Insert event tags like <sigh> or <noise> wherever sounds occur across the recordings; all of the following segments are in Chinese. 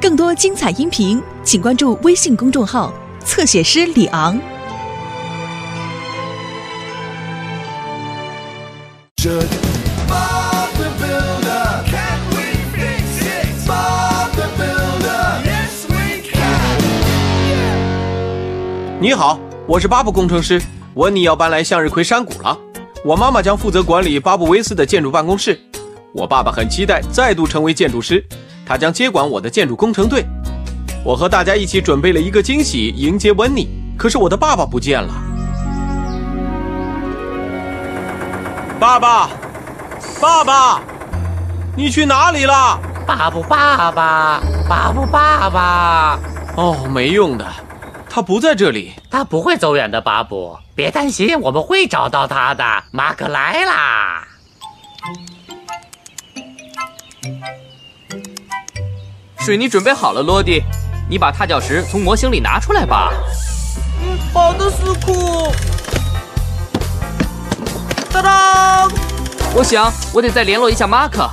更多精彩音频，请关注微信公众号“侧写师李昂”。 Bob the Builder. Can we fix it? Bob the Builder. Yes, we can. 你好，我是巴布工程师。文尼要搬来向日葵山谷了，我妈妈将负责管理巴布威斯的建筑办公室。我爸爸很期待再度成为建筑师，他将接管我的建筑工程队。我和大家一起准备了一个惊喜迎接温妮，可是我的爸爸不见了。爸爸，爸爸，你去哪里了？巴布爸爸，巴布爸爸，哦，没用的，他不在这里。他不会走远的，巴布，别担心，我们会找到他的。马可来啦！水泥准备好了，罗迪，你把踏脚石从模型里拿出来吧。嗯好的，斯库。当当！我想我得再联络一下马克。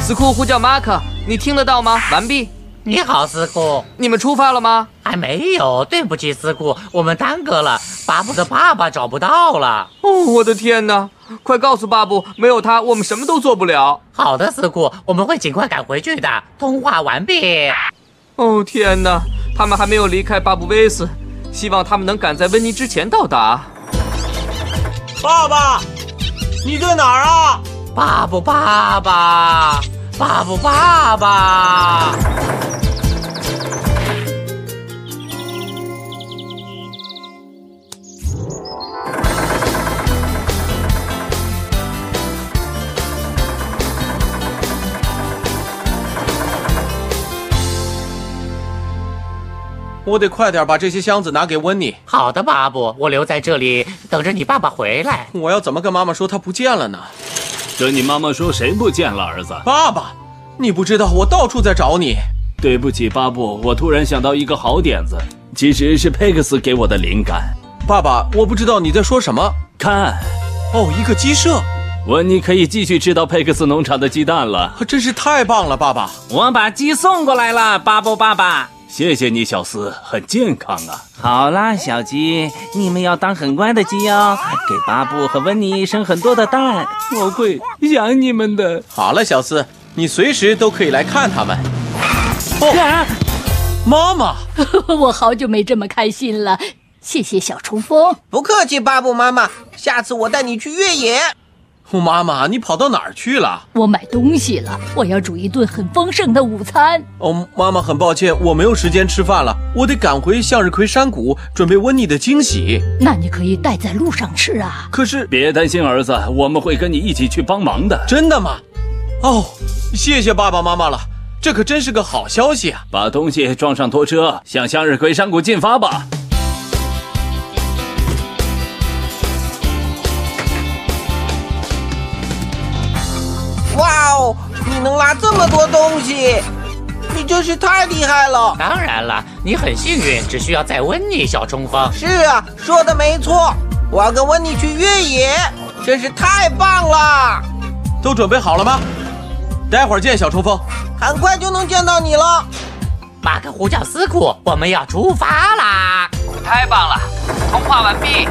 斯库呼叫马克，你听得到吗？完毕。你好，斯库，你们出发了吗？还没有，对不起，斯库，我们耽搁了，巴布的爸爸找不到了。哦，我的天哪！快告诉巴布，没有他，我们什么都做不了。好的，斯库，我们会尽快赶回去的。通话完毕。哦，天哪！他们还没有离开巴布威斯，希望他们能赶在温妮之前到达。爸爸，你在哪儿啊？巴布爸爸，巴布爸爸，我得快点把这些箱子拿给温妮。好的，巴布，我留在这里等着你爸爸回来。我要怎么跟妈妈说他不见了呢？跟你妈妈说谁不见了，儿子？爸爸，你不知道我到处在找你。对不起，巴布，我突然想到一个好点子，其实是佩克斯给我的灵感。爸爸，我不知道你在说什么。看，哦，一个鸡舍，温妮可以继续吃到佩克斯农场的鸡蛋了。真是太棒了，爸爸。我把鸡送过来了，巴布爸爸。谢谢你，小斯，很健康啊。好啦，小鸡，你们要当很乖的鸡哦，给巴布和温妮生很多的蛋。我会养你们的。好了，小斯，你随时都可以来看他们。哦，妈妈， <laughs> 我好久没这么开心了，谢谢小冲锋。不客气，巴布妈妈，下次我带你去越野。哦妈妈，你跑到哪儿去了？我买东西了，我要煮一顿很丰盛的午餐。哦，妈妈，很抱歉，我没有时间吃饭了，我得赶回向日葵山谷准备温妮的惊喜。那你可以带在路上吃啊。可是，别担心，儿子，我们会跟你一起去帮忙的。真的吗？哦，谢谢爸爸妈妈了，这可真是个好消息啊！把东西装上拖车，向向日葵山谷进发吧。哇哦，你能拉这么多东西，你真是太厉害了！当然了，你很幸运，只需要再温妮小冲锋。是啊，说的没错，我要跟温妮去越野，真是太棒了！都准备好了吗？待会儿见，小冲锋。很快就能见到你了。马克呼叫斯库，我们要出发啦！太棒了，通话完毕。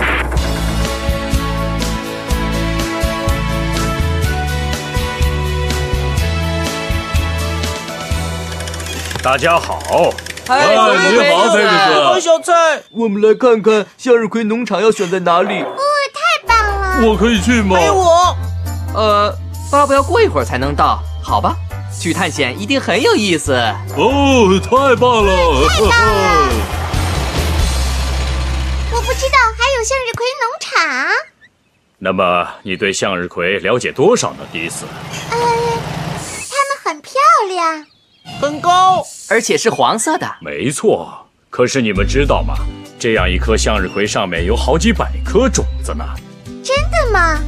大家好，哎你好，佩哦，克斯。小蔡，我们来看看向日葵农场要选在哪里。我可以去吗？哎陪我。呃，巴布要过一会儿才能到，好吧？去探险一定很有意思。哦，太棒了！太棒了！我不知道还有向日葵农场。那么你对向日葵了解多少呢，迪斯？它们很漂亮。很高，而且是黄色的。没错，可是你们知道吗？这样一颗向日葵上面有好几百颗种子呢。真的吗？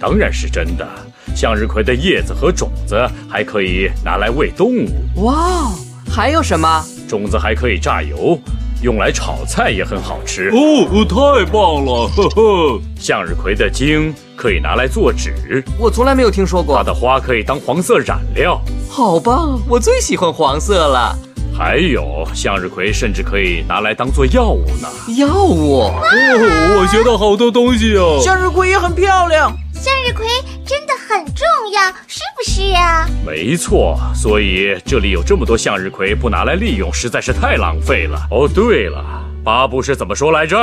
当然是真的，向日葵的叶子和种子还可以拿来喂动物，哇哦，还有什么？种子还可以榨油，用来炒菜也很好吃。哦，太棒了，呵呵。向日葵的茎可以拿来做纸，我从来没有听说过。它的花可以当黄色染料，好棒！啊我最喜欢黄色了。还有，向日葵甚至可以拿来当做药物呢。药物？哦，我学到好多东啊西哦。向日葵也很漂亮。向日葵真的很重要，是不是呀、啊？没错，所以这里有这么多向日葵，不拿来利用实在是太浪费了。哦，对了，巴布是怎么说来着？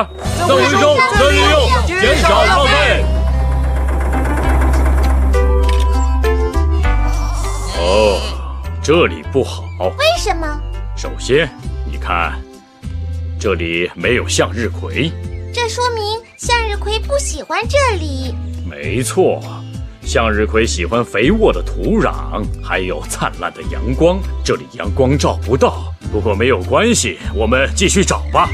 再回收，再利用，减少浪费。哦，这里不好。为什么？首先，你看，这里没有向日葵，这说明向日葵不喜欢这里。没错，向日葵喜欢肥沃的土壤，还有灿烂的阳光。这里阳光照不到，不过没有关系，我们继续找吧。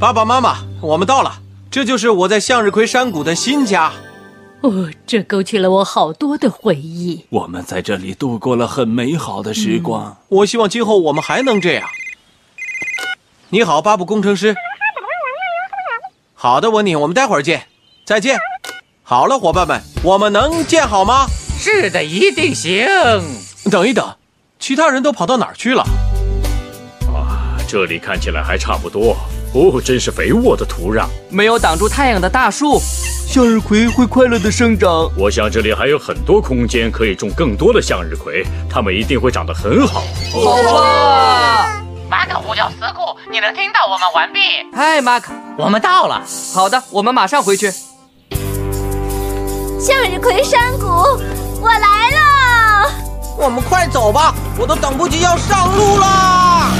爸爸妈妈，我们到了，这就是我在向日葵山谷的新家。哦，这勾起了我好多的回忆。我们在这里度过了很美好的时光。我希望今后我们还能这样。你好，巴布工程师。好的，温妮，我们待会儿见。再见。好了，伙伴们，我们能见好吗？是的，一定行。等一等，其他人都跑到哪儿去了？啊，这里看起来还差不多。哦，真是肥沃的土壤，没有挡住太阳的大树，向日葵会快乐的生长。我想这里还有很多空间可以种更多的向日葵，它们一定会长得很好。好啊！马可呼叫司库，你能听到我们完毕。嗨，马可，我们到了。哎好的，我们马上回去。向日葵山谷，我来了。我们快走吧，我都等不及要上路啦。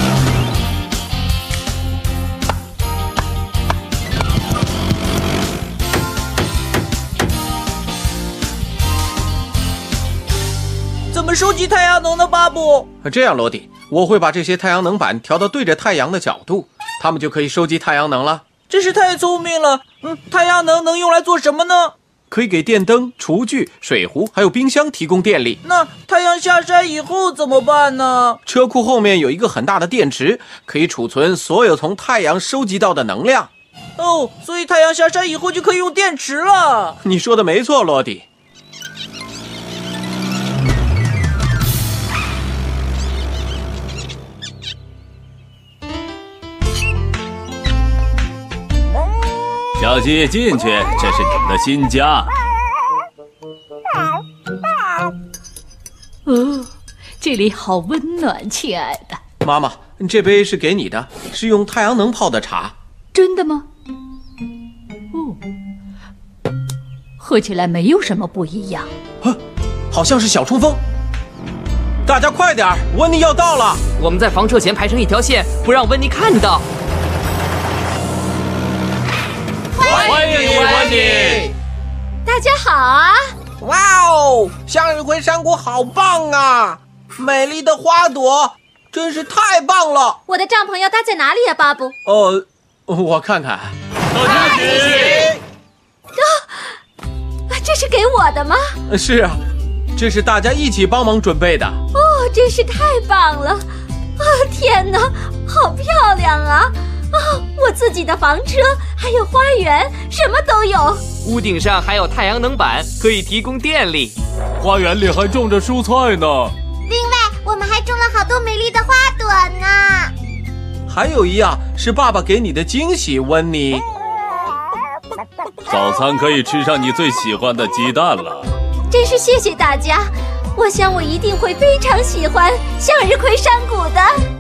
怎么收集太阳能的巴布？这样，罗迪，我会把这些太阳能板调到对着太阳的角度，它们就可以收集太阳能了。真是太聪明了。嗯，太阳能能用来做什么呢？可以给电灯、厨具、水壶还有冰箱提供电力。那太阳下山以后怎么办呢？车库后面有一个很大的电池，可以储存所有从太阳收集到的能量。哦，所以太阳下山以后就可以用电池了。你说的没错，罗迪。小鸡进去，这是你们的新家。哦，这里好温暖，亲爱的。妈妈，这杯是给你的，是用太阳能泡的茶。真的吗？哦，喝起来没有什么不一样。啊，好像是小冲锋。大家快点儿，温妮要到了。我们在房车前排成一条线，不让温妮看到。欢迎温妮！大家好啊！哇哦，向日葵山谷好棒啊！美丽的花朵，真是太棒了！我的帐篷要搭在哪里呀、啊，巴布？哦，我看看。大惊啊！这是给我的吗？是啊，这是大家一起帮忙准备的。哦，真是太棒了！啊、哦，天哪，好漂亮啊！啊、哦，我自己的房车，还有花园，什么都有。屋顶上还有太阳能板，可以提供电力。花园里还种着蔬菜呢。另外，我们还种了好多美丽的花朵呢。还有一样是爸爸给你的惊喜，温妮。早餐可以吃上你最喜欢的鸡蛋了。真是谢谢大家，我想我一定会非常喜欢向日葵山谷的。